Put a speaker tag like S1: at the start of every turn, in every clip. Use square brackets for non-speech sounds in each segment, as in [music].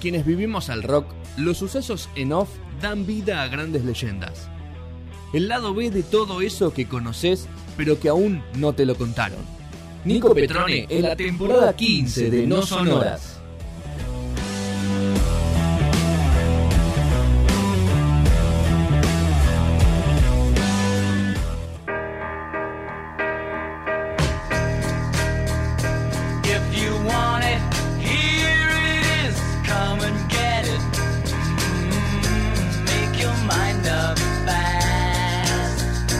S1: quienes vivimos al rock, los sucesos en off dan vida a grandes leyendas. El lado B de todo eso que conoces, pero que aún no te lo contaron. Nico Petrone en la temporada 15 de No Sonoras.
S2: If you want it, here it is. Come and get it. Mm, make your mind up fast.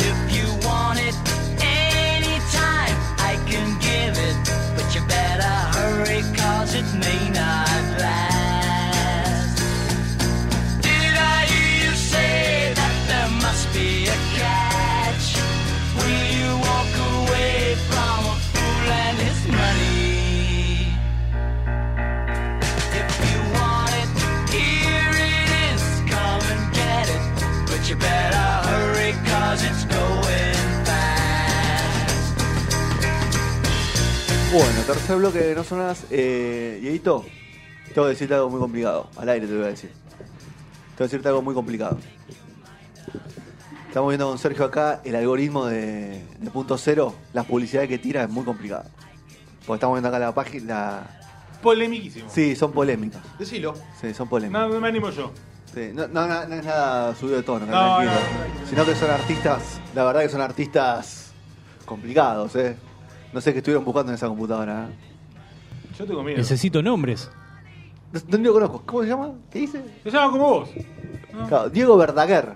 S2: If you want it anytime, I can give it. But you better hurry, cause it may not last. Did I hear you say that there must be a catch? Will you walk away from a fool and his money? If you want it, here it is, come and get it. But you better hurry, cause it's going fast.
S3: Bueno, tercer bloque de No Sonoras. Eh, Dieguito, tengo que decirte algo muy complicado. Al aire te lo voy a decir. Tengo que decirte algo muy complicado. Estamos viendo con Sergio acá el algoritmo de, de punto cero. Las publicidades que tira es muy complicada. Porque estamos viendo acá la página.
S4: Polemiquísimo.
S3: Sí, son polémicas.
S4: Decilo.
S3: Sí, son polémicas.
S4: No, no me animo yo.
S3: Sí, No, no, no- no es nada subido de tono,
S4: No,
S3: tranquilo.
S4: no,
S3: Sino que son artistas, la verdad que son artistas complicados, ¿eh? No sé qué estuvieron buscando en esa computadora. ¿eh?
S4: Yo tengo miedo.
S5: Necesito nombres.
S3: No, no lo conozco. ¿Cómo se llama? ¿Qué dice?
S4: Yo llamo como vos.
S3: Claro, Diego Verdaguer.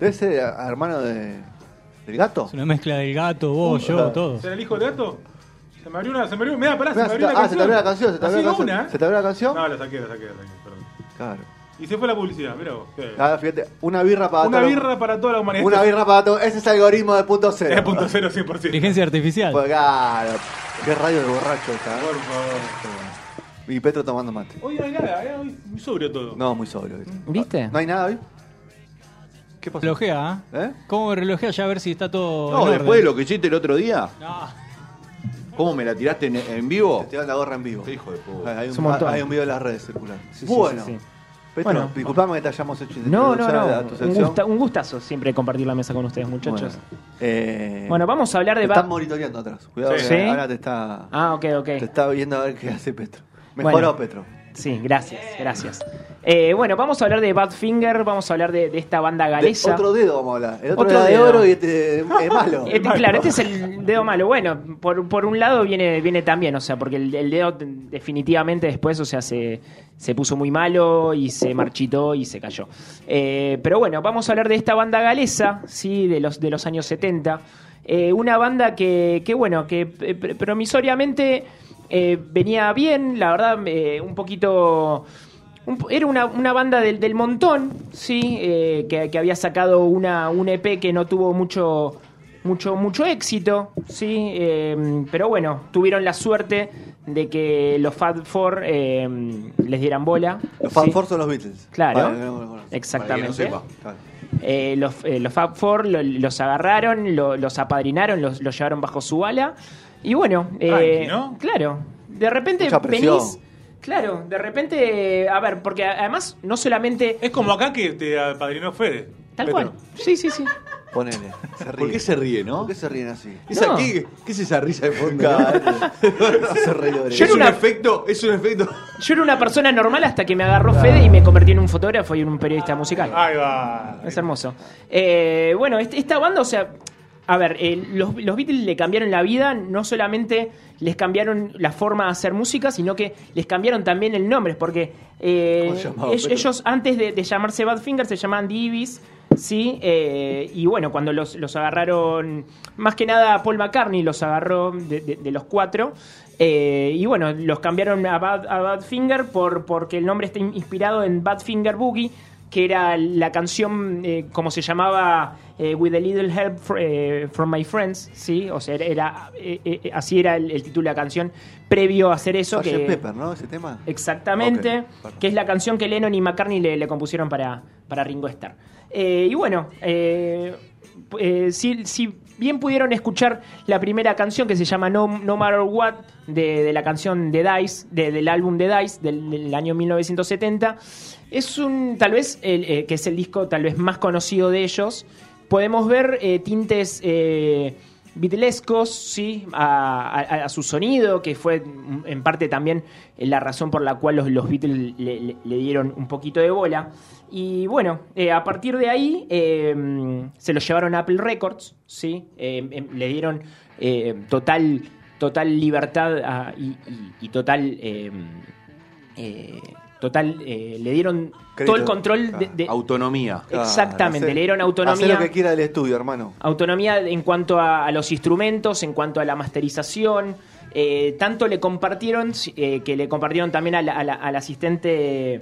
S3: Debe ser eh, hermano de, del gato.
S5: Es una mezcla del gato, vos, yo, todos.
S4: ¿Será el hijo del gato? Se me abrió una. Se me abrió. Mirá,
S3: Mirá,
S4: pará, se me
S3: se
S4: abrió
S3: te-
S4: una
S3: ah, se te abrió la canción, se te abrió la
S4: Hacé
S3: canción.
S4: una, ¿eh?
S3: ¿Se te abrió la canción?
S4: No, la saqué, la saqué, la saqué, perdón.
S3: Claro.
S4: Y se fue la publicidad, mirá vos. Qué-
S3: Ahora, fíjate, una birra para
S4: Una
S3: todo-
S4: birra para toda la humanidad.
S3: Ah,
S4: [laughs]
S3: Una birra para todo. Ese es el algoritmo de punto cero.
S4: Es punto cero, 100%.
S5: Inteligencia artificial.
S3: Pues, claro. Qué radio de borracho está. ¿eh?
S4: Por favor.
S3: Y Petro tomando mate.
S4: Hoy no hay nada, eh, hoy muy sobrio todo.
S3: No, muy sobrio. ¿viste?
S6: ¿Viste?
S3: ¿No hay nada hoy? ¿Qué pasó?
S5: Relojea, ¿eh?
S3: ¿Eh?
S5: ¿Cómo me relojea ya a ver si está todo.
S7: No,
S5: en
S7: después de
S5: orden?
S7: lo que hiciste el otro día,
S5: No.
S7: ¿cómo me la tiraste en, en vivo?
S3: Te dan la gorra en vivo.
S7: Qué hijo de
S3: Ah,
S7: puta.
S3: Hay un,
S6: Es un montón.
S3: hay un video en las redes circulando.
S6: Sí, sí,
S3: bueno,
S6: sí, sí.
S3: Petro,
S6: Bueno.
S3: disculpame que te hayamos hecho
S6: No, no,
S3: introducir a
S6: no.
S3: tu
S6: Un,
S3: sección.
S6: gusta- un gustazo siempre compartir la mesa con ustedes,
S3: Bueno,
S6: muchachos. Bueno,
S3: eh,
S6: vamos a hablar
S3: Te
S6: de.
S3: están
S6: Ba-
S3: monitoreando atrás. Cuidado,
S4: Sí.
S3: que
S6: ¿Sí?
S3: ahora te está,
S6: Ah, ok, ok.
S3: te está viendo a ver qué hace Petro. Mejoró
S6: Bueno.
S3: Petro.
S6: Sí, gracias, gracias. Eh, bueno, vamos a hablar de Badfinger, vamos a hablar de, de esta banda
S3: De-
S6: galesa.
S3: otro dedo vamos a hablar. El otro,
S6: Otro
S3: era de
S6: dedo.
S3: oro y este
S6: [laughs]
S3: es malo.
S6: Este, claro, este es el dedo malo. Bueno, por, por un lado viene, viene también, o sea, porque el, el dedo t- definitivamente después, o sea, se, se puso muy malo y se marchitó y se cayó. Eh, pero bueno, vamos a hablar de esta banda galesa, ¿sí? De los, de los años 70. Eh, una banda que, que, bueno, que eh, pr- promisoriamente eh, venía bien, la verdad, eh, un poquito... Un po- era una, una banda del, del montón, sí, eh, que, que había sacado una, un EP que no tuvo mucho, mucho, mucho éxito, sí, eh, pero bueno, tuvieron la suerte de que los Fab Four eh, les dieran bola.
S3: Los Fab
S6: ¿sí?
S3: Four son los Beatles.
S6: Claro.
S3: Para que no lo conozcan.
S6: Exactamente.
S7: Para que no sepa.
S3: Claro.
S6: Eh, los, eh, los Fab Four lo- los agarraron, lo- los apadrinaron, los, los llevaron bajo su ala. Y bueno,
S4: Tranqui,
S6: eh,
S4: ¿no?
S6: claro, de repente
S3: Mucha presión.
S6: venís. Claro, de repente, a ver, porque a- además no solamente.
S4: Es como acá que te apadrinó Fede.
S6: Tal
S4: Petro.
S6: cual. Sí, sí, sí.
S3: Ponele. Se ríe.
S7: ¿Por qué se ríe, no?
S3: ¿Por qué se ríen así?
S7: ¿Esa-
S6: No.
S7: qué, qué es esa risa de fondo?
S3: [laughs] se ríe
S7: es
S6: Yo era
S7: un
S6: una-
S7: efecto, es un efecto.
S6: Yo era una persona normal hasta que me agarró Fede y me convertí en un fotógrafo y en un periodista musical.
S4: Ahí va.
S6: Es hermoso. Eh, bueno, este- esta banda, o sea, a ver, eh, los, los Beatles le cambiaron la vida, no solamente les cambiaron la forma de hacer música, sino que les cambiaron también el nombre, porque eh,
S3: ¿Cómo se llamaba,
S6: ellos,
S3: Pedro?
S6: ellos antes de, de llamarse Badfinger se llamaban Divis, ¿sí? Eh, y bueno, cuando los, los agarraron, más que nada Paul McCartney los agarró de, de- de los cuatro. eh, y bueno, los cambiaron a, Bad, a Badfinger por, porque el nombre está in- inspirado en Badfinger Boogie, que era la canción, eh, como se llamaba, eh, With a Little Help fr- eh, from My Friends, ¿sí? O sea, era, eh, eh, así era el, el título de la canción, previo a hacer eso.
S3: Sgt.
S6: que,
S3: Pepper, ¿no? Ese tema.
S6: Exactamente,
S3: Ah. Ok, perdón.
S6: que es la canción que Lennon y McCartney le, le compusieron para, para Ringo Starr. Eh, y bueno, eh, eh, si, si bien pudieron escuchar la primera canción que se llama No, no Matter What, de, de la canción de Dice, de- del álbum de Dice del, del año 1970, es un, tal vez, el, eh, que es el disco tal vez más conocido de ellos, podemos ver eh, tintes... eh, Beatlescos, sí, a, a- a su sonido, que fue mm, en parte también la razón por la cual los, los Beatles le, le- le dieron un poquito de bola. Y bueno, eh, a partir de ahí eh, mm, se lo llevaron a Apple Records, sí, eh, em, le dieron eh, total, total libertad a- y, y- y total. eh, eh, total, eh, le dieron todo el
S3: Crédito.
S6: control de- de-
S7: Autonomía.
S3: Claro,
S6: Exactamente,
S3: hacer-
S6: le dieron autonomía.
S3: Hacer lo que quiera del estudio, hermano.
S6: Autonomía en cuanto a, a los instrumentos, en cuanto a la masterización. eh, tanto le compartieron eh, que le compartieron también al, al- al asistente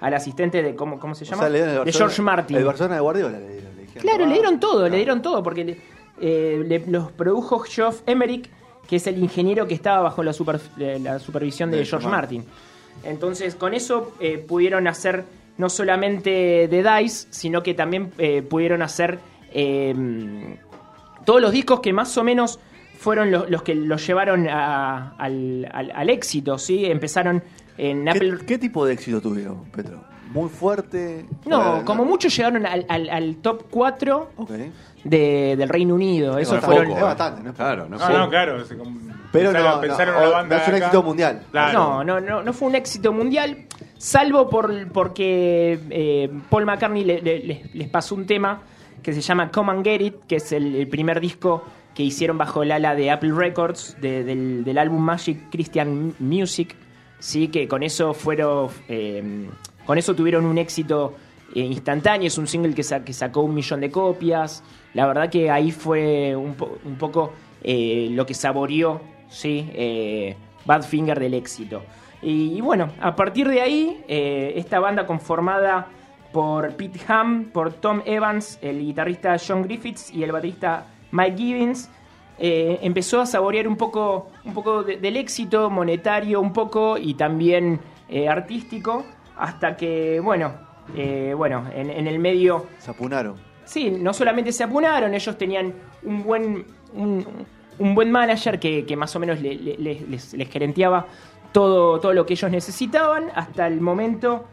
S6: al asistente de cómo, cómo se
S3: O
S6: llama
S3: sea, le dieron el
S6: de
S3: Barcelona-
S6: George Martin.
S3: El Barcelona de Guardiola le dieron. le dijeron,
S6: Claro,
S3: "Ah,
S6: le dieron todo,
S3: claro".
S6: le dieron todo, porque le- eh, le- los produjo Geoff Emerick, que es el ingeniero que estaba bajo la, super- eh, la supervisión de,
S3: De
S6: George
S3: George
S6: Martin. Entonces, con eso eh, pudieron hacer no solamente The Dice, sino que también eh, pudieron hacer eh, todos los discos que más o menos fueron lo- los que los llevaron a- al, al- al éxito, ¿sí? Empezaron en
S3: ¿Qué-
S6: Apple...
S3: ¿Qué, tipo de éxito tuvieron, Petro? ¿Muy fuerte?
S6: No,
S3: Eh,
S6: como muchos llegaron al, al- al top 4
S3: Ok.
S6: de- del Reino Unido. Eso
S3: no es
S6: fueron.
S3: poco, es bastante, no es poco.
S6: Ah,
S7: Claro, no, es
S4: No,
S7: poco.
S4: no, claro. se com-
S3: Pero
S4: pensaron-
S3: no, no,
S4: pensaron
S3: o-
S4: una banda
S3: no es un
S4: de acá.
S3: éxito mundial.
S4: Claro.
S6: No, no, no, no fue un éxito mundial, salvo por porque eh, Paul McCartney le- le- le- les pasó un tema que se llama Come and Get It, que es el, el primer disco que hicieron bajo el ala de Apple Records de- del, del álbum Magic Christian Music, sí que con eso fueron eh, con eso tuvieron un éxito eh, instantáneo, es un single que, sa- que sacó un millón de copias. La verdad que ahí fue un, po- un poco eh, lo que saboreó ¿sí? eh, Badfinger del éxito. Y, y bueno, a partir de ahí, eh, esta banda conformada por Pete Ham, por Tom Evans, el guitarrista John Griffiths y el baterista Mike Gibbons, eh, empezó a saborear un poco, un poco de- del éxito monetario, un poco y también eh, artístico, hasta que, bueno, eh, bueno en, en el medio,
S3: Se apunaron.
S6: sí, no solamente se apunaron, ellos tenían un buen, un, un buen manager que, que más o menos le- le- les, les- les gerenteaba todo, todo lo que ellos necesitaban, hasta el momento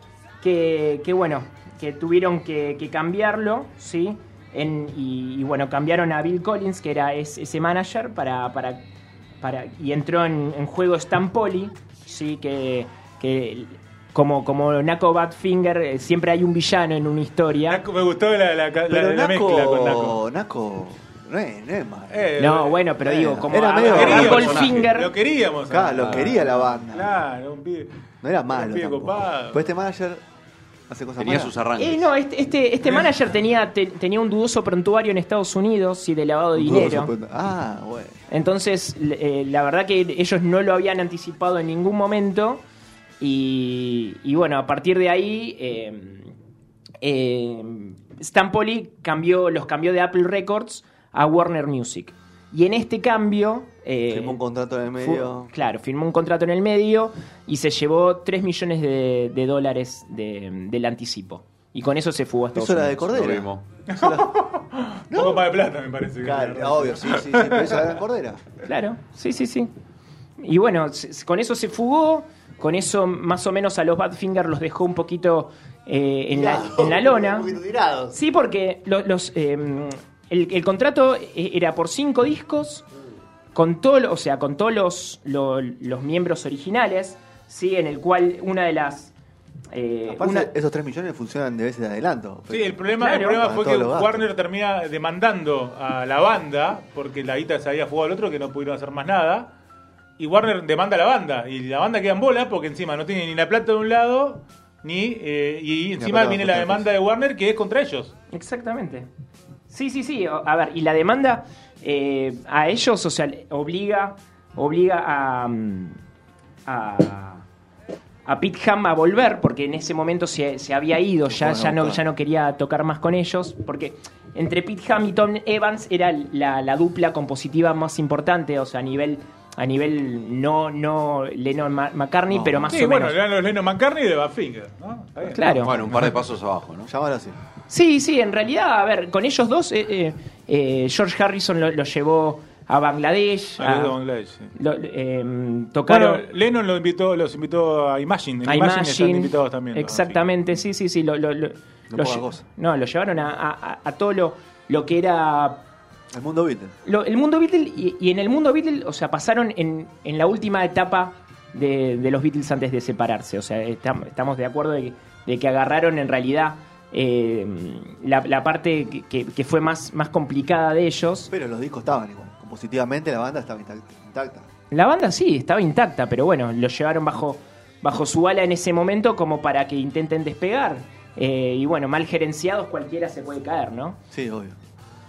S6: que, que, bueno, que tuvieron que, que cambiarlo, ¿sí? En- y, y, bueno, cambiaron a Bill Collins, que era es- ese manager, para, para, para- y entró en, en juego Stan Poli, ¿sí? que, que como, como Naco Badfinger, eh, siempre hay un villano en una historia.
S4: Naco, me gustó la, la, la-
S3: Pero
S4: la mezcla con Naco.
S3: Naco, Naco, no es, no es malo.
S4: Eh,
S6: no, bueno, pero
S3: eh,
S6: digo, como
S3: era
S6: a-
S3: medio
S6: a
S4: queríamos,
S6: Goldfinger.
S4: Lo queríamos.
S3: Claro, lo
S4: Ah,
S3: quería la banda.
S4: Claro, un pibe.
S3: No era
S4: Un
S3: malo.
S4: pibe
S3: tampoco.
S4: copado.
S3: Pero este manager hace cosas
S7: Tenía
S3: malas.
S7: sus arranques.
S6: Eh, no, este, este, este manager tenía, te- tenía un dudoso prontuario en Estados Unidos y de lavado de dinero.
S3: Ah, bueno.
S6: Entonces, le- eh, la verdad que ellos no lo habían anticipado en ningún momento. Y, y bueno, a partir de ahí, eh, eh, Stan Poli cambió, los cambió de Apple Records a Warner Music. Y en este cambio... eh,
S3: Firmó un contrato en el
S6: fu-
S3: medio.
S6: claro, firmó un contrato en el medio y se llevó 3 millones de, de dólares de- del anticipo. Y con eso se fugó a Estados
S3: Eso era de
S6: Unidos.
S7: Lo
S3: Cordera.
S7: vimos.
S4: Un poco más de plata, me parece.
S3: Claro, obvio, sí, sí, sí, pero eso era de Cordera.
S6: Claro, sí, sí, sí. Y bueno, se- se- con eso se fugó, con eso más o menos a los Badfinger los dejó un poquito eh, en, la, en la lona.
S3: Un poquito tirados.
S6: Sí, porque lo- los, eh, el, el contrato eh, era por cinco discos, con todo, lo- o sea, con todos los, lo- los miembros originales, ¿sí? en el cual una de las... eh,
S3: Aparte,
S6: una-
S3: esos 3 millones funcionan de veces de adelanto.
S4: Sí, el problema, el
S6: Claro.
S4: problema
S3: Para
S4: fue
S3: todos
S4: que
S3: los gastos.
S4: Warner termina demandando a la banda porque la guita se había fugado al otro que no pudieron hacer más nada. Y Warner demanda a la banda. Y la banda queda en bola porque encima no tiene ni la plata de un lado, ni. eh, y encima
S3: plata
S4: viene
S3: de
S4: la
S3: los
S4: demanda de Warner que es contra ellos.
S6: Exactamente. Sí, sí, sí. O- A ver, y la demanda eh, a ellos, o sea, le- obliga, obliga a, mm, a, a Pete Ham a volver, porque en ese momento se, se había ido, ya,
S3: fueron a
S6: ya, no,
S3: buscar.
S6: ya no quería tocar más con ellos, porque entre Pete Ham y Tom Evans era la, la dupla compositiva más importante, o sea, a nivel, a nivel no, no Lennon Ma- McCartney,
S3: No.
S6: pero más
S4: sí,
S6: o
S4: bueno,
S6: menos.
S4: eran los Lennon McCartney y de Badfinger. ¿no? Está bien.
S6: Claro.
S7: Bueno, un par de pasos abajo, ¿no?
S3: Llámalo así.
S6: Sí, sí, en realidad, a ver, con ellos dos, eh, eh, eh, George Harrison lo, lo llevó a Bangladesh.
S4: Ah,
S6: a-
S4: de Bangladesh, sí.
S6: lo- eh,
S4: Bueno,
S6: tocaron.
S4: Lennon lo invitó, los invitó a Imagine. En
S6: a
S4: Imagine, están
S6: Imagine.
S4: invitados también. ¿no?
S6: Exactamente, sí, sí, sí. Lo, lo- lo-
S7: No
S6: lo
S7: poca
S6: lle-
S7: cosa.
S6: no, lo llevaron a, a- a- a todo lo, lo que era
S3: El mundo Beatle.
S6: lo- el mundo Beatle y, y en el mundo Beatle, o sea, pasaron en, en la última etapa de, de los Beatles antes de separarse. O sea, estam- estamos de acuerdo de que, de que agarraron en realidad eh, la, la parte que, que- que fue más, más complicada de ellos.
S3: Pero los discos estaban igual. Compositivamente la banda estaba intacta. intacta.
S6: La banda sí, estaba intacta, pero bueno, lo llevaron bajo, bajo su ala en ese momento como para que intenten despegar. Eh, y bueno, mal gerenciados cualquiera se puede caer, ¿no?
S3: Sí, obvio.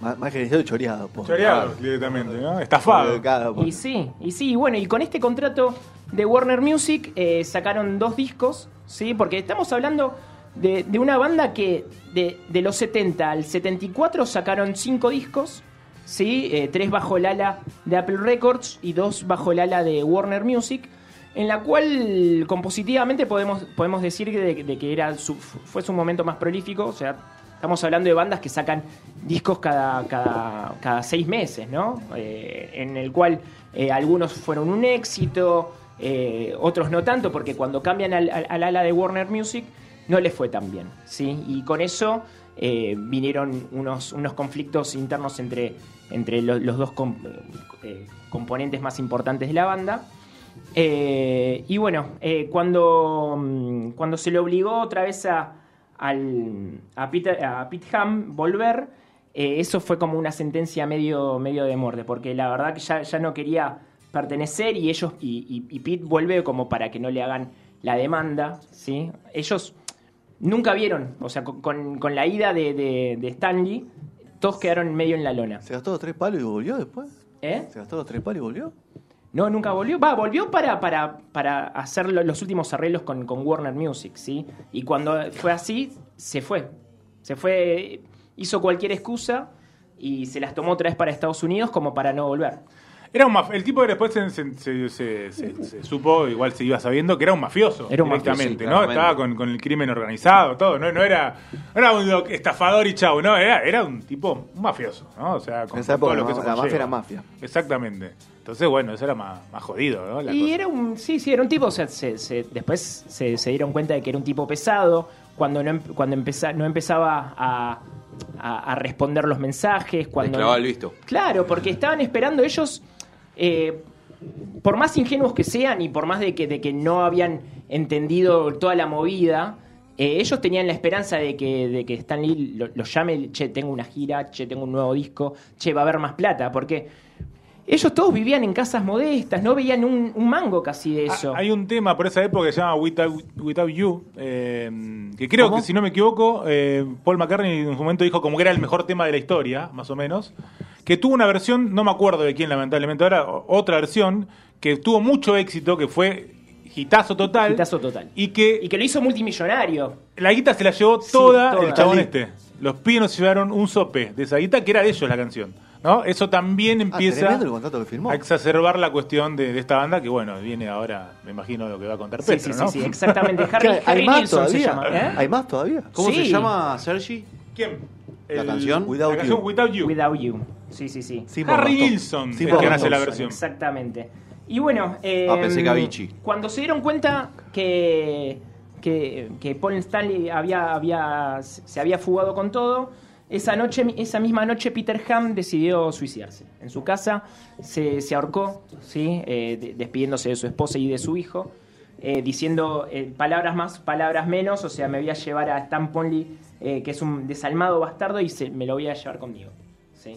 S3: Ma- Más gerenciado y choreado. po.
S4: Choreado
S3: Claro.
S4: directamente, ¿no? Estafado.
S3: Claro, pues. po.
S6: Y sí, y sí, y bueno, y con este contrato de Warner Music eh, sacaron dos discos, ¿sí? Porque estamos hablando de, de una banda que de, de los 70 al 74 sacaron cinco discos, ¿sí? Eh, tres bajo el ala de Apple Records y dos bajo el ala de Warner Music. En la cual compositivamente podemos, podemos decir que de, de que era su- fue su momento más prolífico. O sea, estamos hablando de bandas que sacan discos cada, cada, cada seis meses, ¿no? Eh, en el cual eh, algunos fueron un éxito, eh, otros no tanto, porque cuando cambian al, al- al ala de Warner Music no les fue tan bien, ¿sí? Y con eso eh, vinieron unos, unos conflictos internos entre, entre lo- los dos com- eh, componentes más importantes de la banda. Eh, y bueno, eh, cuando, mm, cuando se le obligó otra vez a, al, a, Peter, a Pete Ham volver, eh, eso fue como una sentencia medio, medio de muerte, porque la verdad que ya, ya no quería pertenecer y ellos y, y- y Pete vuelve como para que no le hagan la demanda, ¿sí? Ellos nunca vieron, o sea, con, con- con la ida de, de, de Stanley, todos quedaron medio en la lona.
S3: ¿Se gastó los tres palos y volvió después?
S6: ¿Eh?
S3: ¿Se gastó los tres palos y volvió?
S6: No, nunca volvió. Va, volvió para, para, para hacer lo- los últimos arreglos con, con Warner Music, ¿sí? Y cuando fue así, se fue. Se fue, hizo cualquier excusa y se las tomó otra vez para Estados Unidos como para no volver.
S4: Era un maf- El tipo que después se, se- se- se- se- se supo, igual se iba sabiendo, que era un mafioso.
S6: Era un
S4: directamente,
S7: mafioso, sí,
S4: ¿no?
S7: claramente.
S4: Estaba con, con el crimen organizado, todo. No, no era, no era un doc- estafador y chau, no. Era, era un tipo un mafioso, ¿no? O sea, con,
S3: En esa
S4: con todo
S3: época
S4: lo
S3: la,
S4: que eso
S3: ma- la mafia
S4: conlleva.
S3: era mafia.
S4: Exactamente. Entonces, bueno, eso era más, más jodido, ¿no? La
S6: y
S4: cosa.
S6: era un, sí, sí, era un tipo, o sea, se- se- después se, se dieron cuenta de que era un tipo pesado, cuando no, em- cuando empeza- no empezaba a, a- a responder los mensajes, cuando...
S7: clavaba el visto.
S6: Claro, porque estaban esperando ellos, eh, por más ingenuos que sean y por más de que, de que no habían entendido toda la movida, eh, ellos tenían la esperanza de que, de que Stan Lee lo- los llame, che, tengo una gira, che, tengo un nuevo disco, che, va a haber más plata, porque ellos todos vivían en casas modestas, no veían un, un mango casi de eso.
S4: Ah, Hay un tema por esa época que se llama Without, Without You, eh, que creo que, si no me equivoco, eh, Paul McCartney en un momento dijo como que era el mejor tema de la historia, más o menos, que tuvo una versión, no me acuerdo de quién lamentablemente ahora, o- otra versión, que tuvo mucho éxito, que fue hitazo total.
S6: Hitazo total.
S4: Y que,
S6: Y que lo hizo multimillonario.
S4: la guita se la llevó
S6: Sí,
S4: toda,
S6: toda.
S4: el chabón este. Los pibes nos llevaron un sope de esa guita, que era de ellos la canción. ¿no? Eso también
S3: Ah,
S4: empieza
S3: tremendo el contrato que firmó.
S4: a exacerbar la cuestión de, de esta banda que, bueno, viene ahora, me imagino lo que va a contar
S6: Sí,
S4: Petro,
S6: sí,
S4: ¿no?
S6: sí, sí,
S4: [laughs]
S6: exactamente. Harry,
S3: Claro,
S6: Harry
S3: ¿Hay más
S6: Nilsson se
S3: todavía?
S6: llama. ¿eh?
S3: ¿Hay más todavía?
S7: ¿Cómo
S6: Sí.
S7: se llama, Sergi?
S4: ¿Quién?
S7: ¿La canción?
S4: la
S3: Without
S4: canción
S3: You.
S4: Without You.
S6: Without You. Sí, sí, sí.
S3: Sin
S4: Harry
S3: Bob Rock.
S4: Nilsson
S3: Sin
S4: es
S3: Bob
S4: que
S3: Rock.
S4: hace la
S6: Thompson,
S4: versión.
S6: Exactamente. Y bueno, eh,
S7: Ah, pensé que Avicii.
S6: cuando se dieron cuenta que, que, que Paul Stanley había, había, se había fugado con todo, esa, noche, esa misma noche Peter Ham decidió suicidarse. En su casa se, se ahorcó, ¿sí? Eh, de- despidiéndose de su esposa y de su hijo. eh, diciendo eh, palabras más, palabras menos, o sea, me voy a llevar a Stan Ponley, eh, que es un desalmado bastardo, y se- me lo voy a llevar conmigo. ¿sí?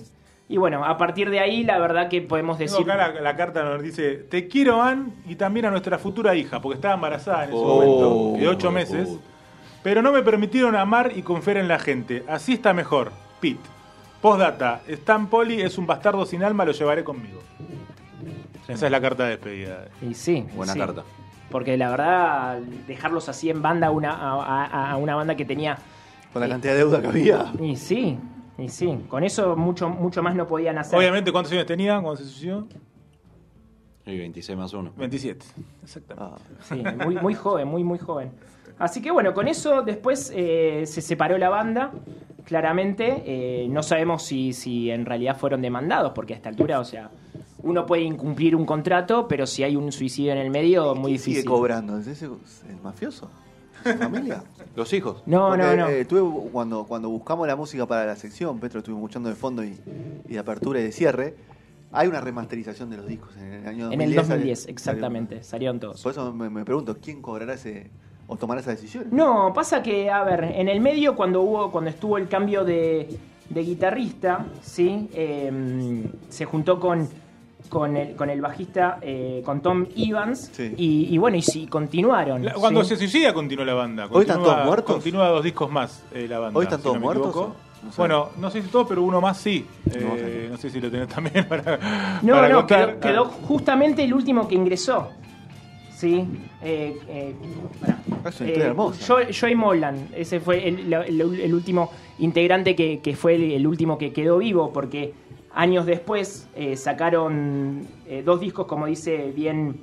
S6: Y bueno, a partir de ahí, la verdad que podemos
S4: Tengo
S6: decir.
S4: acá la, la carta nos dice, te quiero, Ann, y también a nuestra futura hija, porque estaba embarazada en ese
S7: Oh,
S4: momento, de ocho
S7: hijo de
S4: meses,
S7: puta.
S4: pero no me permitieron amar y confiar en la gente. Así está mejor. Pete. Postdata, Stan Poli es un bastardo sin alma, lo llevaré conmigo. Esa es la carta de despedida.
S6: Y sí.
S7: Buena
S6: sí.
S7: carta.
S6: Porque la verdad, dejarlos así en banda a una, a, a- a una banda que tenía.
S3: Con la cantidad de deuda que había.
S6: Y sí, y sí. Con eso mucho, mucho más no podían hacer.
S4: Obviamente, ¿cuántos años tenía cuando se suicidó?
S7: Y 26 más 1.
S4: 27. Exactamente.
S3: Ah,
S6: Sí, muy, muy joven, muy, muy joven. Así que bueno, con eso después eh, se separó la banda. claramente. eh, no sabemos si, si en realidad fueron demandados, porque a esta altura, o sea, uno puede incumplir un contrato, pero si hay un suicidio en el medio, muy
S3: Sigue
S6: difícil.
S3: cobrando. ¿Es ese- el mafioso? ¿Su [laughs] familia?
S7: Los hijos.
S6: No, no,
S3: Porque,
S6: no.
S3: eh, estuve- cuando, cuando buscamos la música para la sección, Petro, estuvimos escuchando de fondo y, y de apertura y de cierre. Hay una remasterización de los discos en el año 2010.
S6: En el 2010,
S3: sale-
S6: exactamente, salieron todos.
S3: sale- por eso me, me pregunto, ¿quién cobrará ese o tomará esa decisión?
S6: No, pasa que, a ver, en el medio cuando hubo, cuando estuvo el cambio de, de guitarrista, ¿sí? Eh, se juntó con, con, el, con el bajista, eh, con Tom Evans,
S3: Sí.
S6: y, y bueno, y sí, continuaron.
S4: La- cuando
S6: ¿sí?
S4: se suicida continúa la banda.
S3: ¿Hoy están
S4: Continúa-
S3: todos muertos?
S4: Continúa dos discos más eh, la banda.
S3: ¿Hoy están
S4: si
S3: todos
S4: no me
S3: muertos
S4: equivoco.
S3: o- no sé?
S4: Bueno, no sé si todos, pero uno más sí. Eh,
S3: No,
S4: No,
S3: ojalá.
S4: sé si lo tenés también [laughs] para.
S6: No,
S4: para
S6: no,
S4: contar. ah.
S6: quedó, quedó justamente el último que ingresó. Sí. Eh, eh, pará. Eh,
S3: Es una historia hermosa.
S6: Joy, Joy Molan, ese fue el, la- el- el último integrante que, que fue el, el último que quedó vivo, porque años después eh, sacaron eh, dos discos, como dice bien,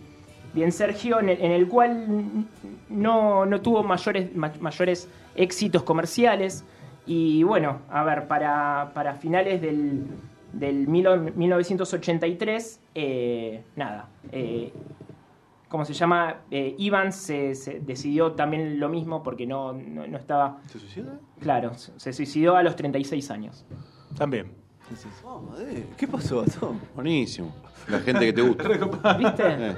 S6: bien Sergio, en el, en el cual no, no tuvo mayores, ma- mayores éxitos comerciales. Y bueno, a ver, para, para finales del, del milo- 1983, eh, nada. eh, ¿Cómo se llama? Eh, Iván se, se decidió también lo mismo porque no, no, no estaba.
S3: ¿Se suicida?
S6: Claro, se se suicidó a los 36 años.
S4: Ah, También.
S3: Oh, madre, ¿Qué pasó, Gastón?
S7: Buenísimo. La gente que te gusta.
S6: ¿Viste?
S7: Eh,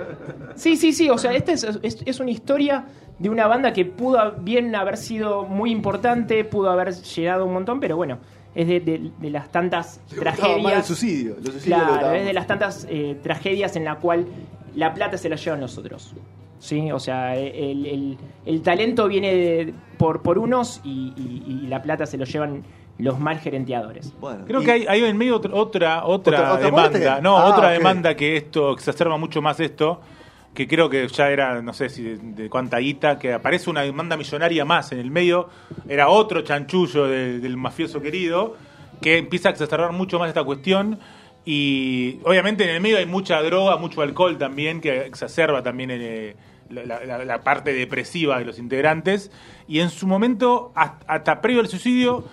S6: Sí, sí, sí. O sea, esta es, es- es una historia de una banda que pudo bien haber sido muy importante, pudo haber llegado un montón, pero bueno, es de, de- de las tantas
S3: Estaba mal el
S6: tragedias.
S3: suicidio. Los suicidios lo
S6: Claro,
S3: estaban-
S6: es de las tantas eh, tragedias en la cual la plata se la llevan los otros. Sí, o sea, e, el, el- el talento viene de- por, por unos y, y- y la plata se lo llevan los mal gerenteadores.
S3: Bueno,
S4: Creo
S3: y-
S4: que hay, hay en el medio otra otra, otra,
S3: ¿Otra- otra
S4: demanda.
S3: muerte?
S4: No,
S3: Ah,
S4: otra
S3: ok.
S4: demanda que esto exacerba mucho más esto. Que creo que ya era, no sé si de, de cuánta guita, que aparece una demanda millonaria más en el medio. Era otro chanchullo del, del mafioso querido que empieza a exacerbar mucho más esta cuestión. Y obviamente en el medio hay mucha droga, mucho alcohol también, que exacerba también eh, la, la- la- la parte depresiva de los integrantes. Y en su momento, hasta, hasta previo al suicidio,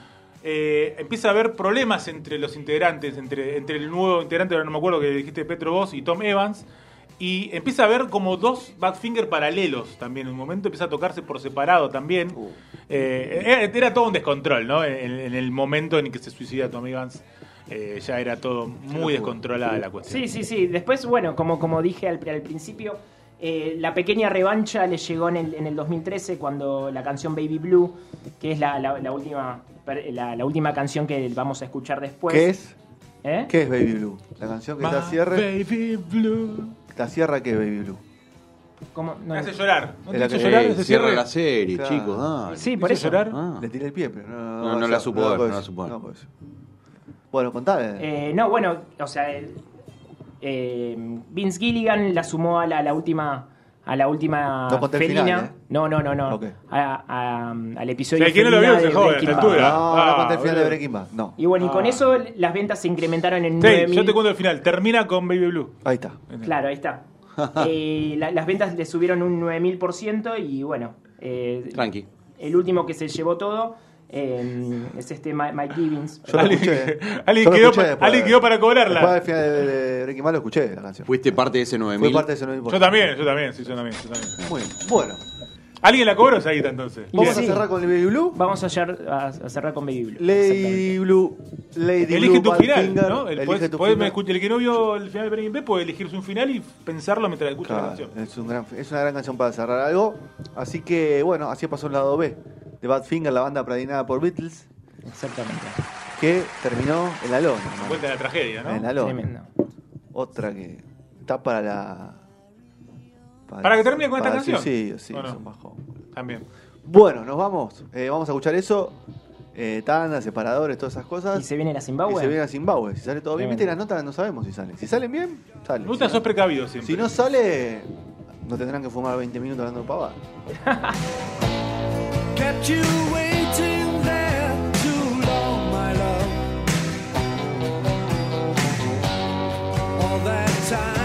S4: eh, empieza a haber problemas entre los integrantes, entre, entre el nuevo integrante, ahora no me acuerdo que dijiste Petro vos y Tom Evans. Y empieza a haber como dos Badfinger paralelos también. En un momento empieza a tocarse por separado también.
S3: Uh.
S4: Eh, era, era todo un descontrol, ¿no? En, en el momento en que se suicida Tom Evans, eh, ya era todo muy descontrolada la cuestión.
S6: Sí, sí, sí. Después, bueno, como, como dije al, al principio, eh, la pequeña revancha le llegó en el, en el 2013 cuando la canción Baby Blue, que es la, la- la última, la, la última canción que vamos a escuchar después.
S3: ¿Qué es?
S6: ¿Eh?
S3: ¿Qué es Baby Blue? La canción que
S4: My
S3: está cierre.
S4: Baby Blue.
S3: ¿La cierra qué es Baby Blue?
S6: ¿Cómo? No,
S4: Me
S6: no.
S4: hace llorar.
S3: Es
S4: ¿No te
S3: la
S4: hizo
S3: que-
S4: llorar
S7: eh,
S4: ese
S7: cierra
S4: cierre?
S7: la serie,
S3: Claro.
S7: chicos. dale.
S6: Sí,
S4: ¿Te
S6: por
S4: hizo
S6: eso.
S4: llorar?
S7: Ah.
S3: Le tiré el pie, pero no. No,
S7: No, no
S3: va a
S7: la
S3: ser,
S7: supo
S3: va a
S7: ver,
S3: poder
S7: no la
S3: ser,
S7: supo ver.
S3: no puede ser. Bueno, contale.
S6: Eh, no, bueno, o sea, el- eh, Vince Gilligan la sumó a la, la última a la última
S3: No conté el
S6: felina.
S3: final, ¿eh?
S6: No, no, no, no.
S3: Ok.
S6: A- a- al
S4: O
S6: episodio
S4: sea, quien no lo
S6: felina
S4: vio se
S6: de
S4: jode a
S6: Breaking
S4: esta
S6: Bad.
S4: altura.
S3: No, no conté el final de
S4: Ah, boludo.
S3: Breaking Bad. No.
S6: Y bueno, y con
S4: Ah.
S6: eso las ventas se incrementaron en
S4: Sí,
S6: 9.000.
S4: yo te cuento el final. Termina con Baby Blue.
S3: Ahí está.
S6: Claro,
S3: [laughs]
S6: ahí está. Eh, la- las ventas le subieron un 9000% y bueno, eh,
S7: Tranqui.
S6: el último que se llevó todo eh, es este Mi- Mike Gibbons.
S3: Yo la
S4: Ali-
S3: escuché. eh.
S4: [laughs] Ali
S3: Yo la
S4: quedó
S3: escuché
S4: pa-
S3: después
S4: Ali
S3: de-
S4: quedó para cobrarla.
S3: Después del final de, de Breaking Bad lo escuché, la canción.
S7: Fuiste parte de ese 9000.
S3: Fue parte de ese no
S4: Yo también, yo también, sí, yo también, yo también.
S3: Muy bien. Bueno,
S4: ¿Alguien la cobró esa guita entonces?
S6: Y
S3: vamos
S6: sí.
S3: a cerrar con Baby Blue.
S6: Vamos a, hallar- a- a cerrar con Baby Blue.
S3: Lady Blue. Lady
S4: Elige
S3: Blue.
S4: tu final,
S3: Badfinger,
S4: ¿no? El,
S3: elige
S4: puedes-
S3: tu
S4: puedes-
S3: final.
S4: me escucha- el que no vio el final de Breaking Bad puede elegirse un final y pensarlo mientras escucha la
S3: Claro,
S4: canción.
S3: es, un gran- es una gran canción para cerrar algo. Así que, bueno, así pasó el lado B de Badfinger, la banda predinada por Beatles,
S6: Exactamente. Exactamente.
S3: que terminó en la lona. hermano.
S4: Cuenta la tragedia,
S3: En
S4: ¿no?
S3: la lona.
S6: Tremendo.
S3: Otra que está para la.
S4: Para que termine con esta
S3: para el
S4: canción.
S3: suicidio, sí,
S4: Bueno.
S3: es un bajón.
S4: También.
S3: Bueno, nos vamos. Eh, vamos a escuchar eso. Eh, tandas, separadores, todas esas cosas.
S6: Y se viene la
S3: Y
S6: Zimbabue.
S3: se viene a Zimbabue. Si sale todo bien,
S6: Tremendo.
S3: viste las notas, no sabemos si salen. Si salen bien, salen.
S4: Me gusta,
S3: Si
S4: sos
S3: no-
S4: precavido siempre.
S3: si no sale, nos tendrán que fumar 20 minutos hablando de pavada.
S2: kept you waiting there too long, my love. All that time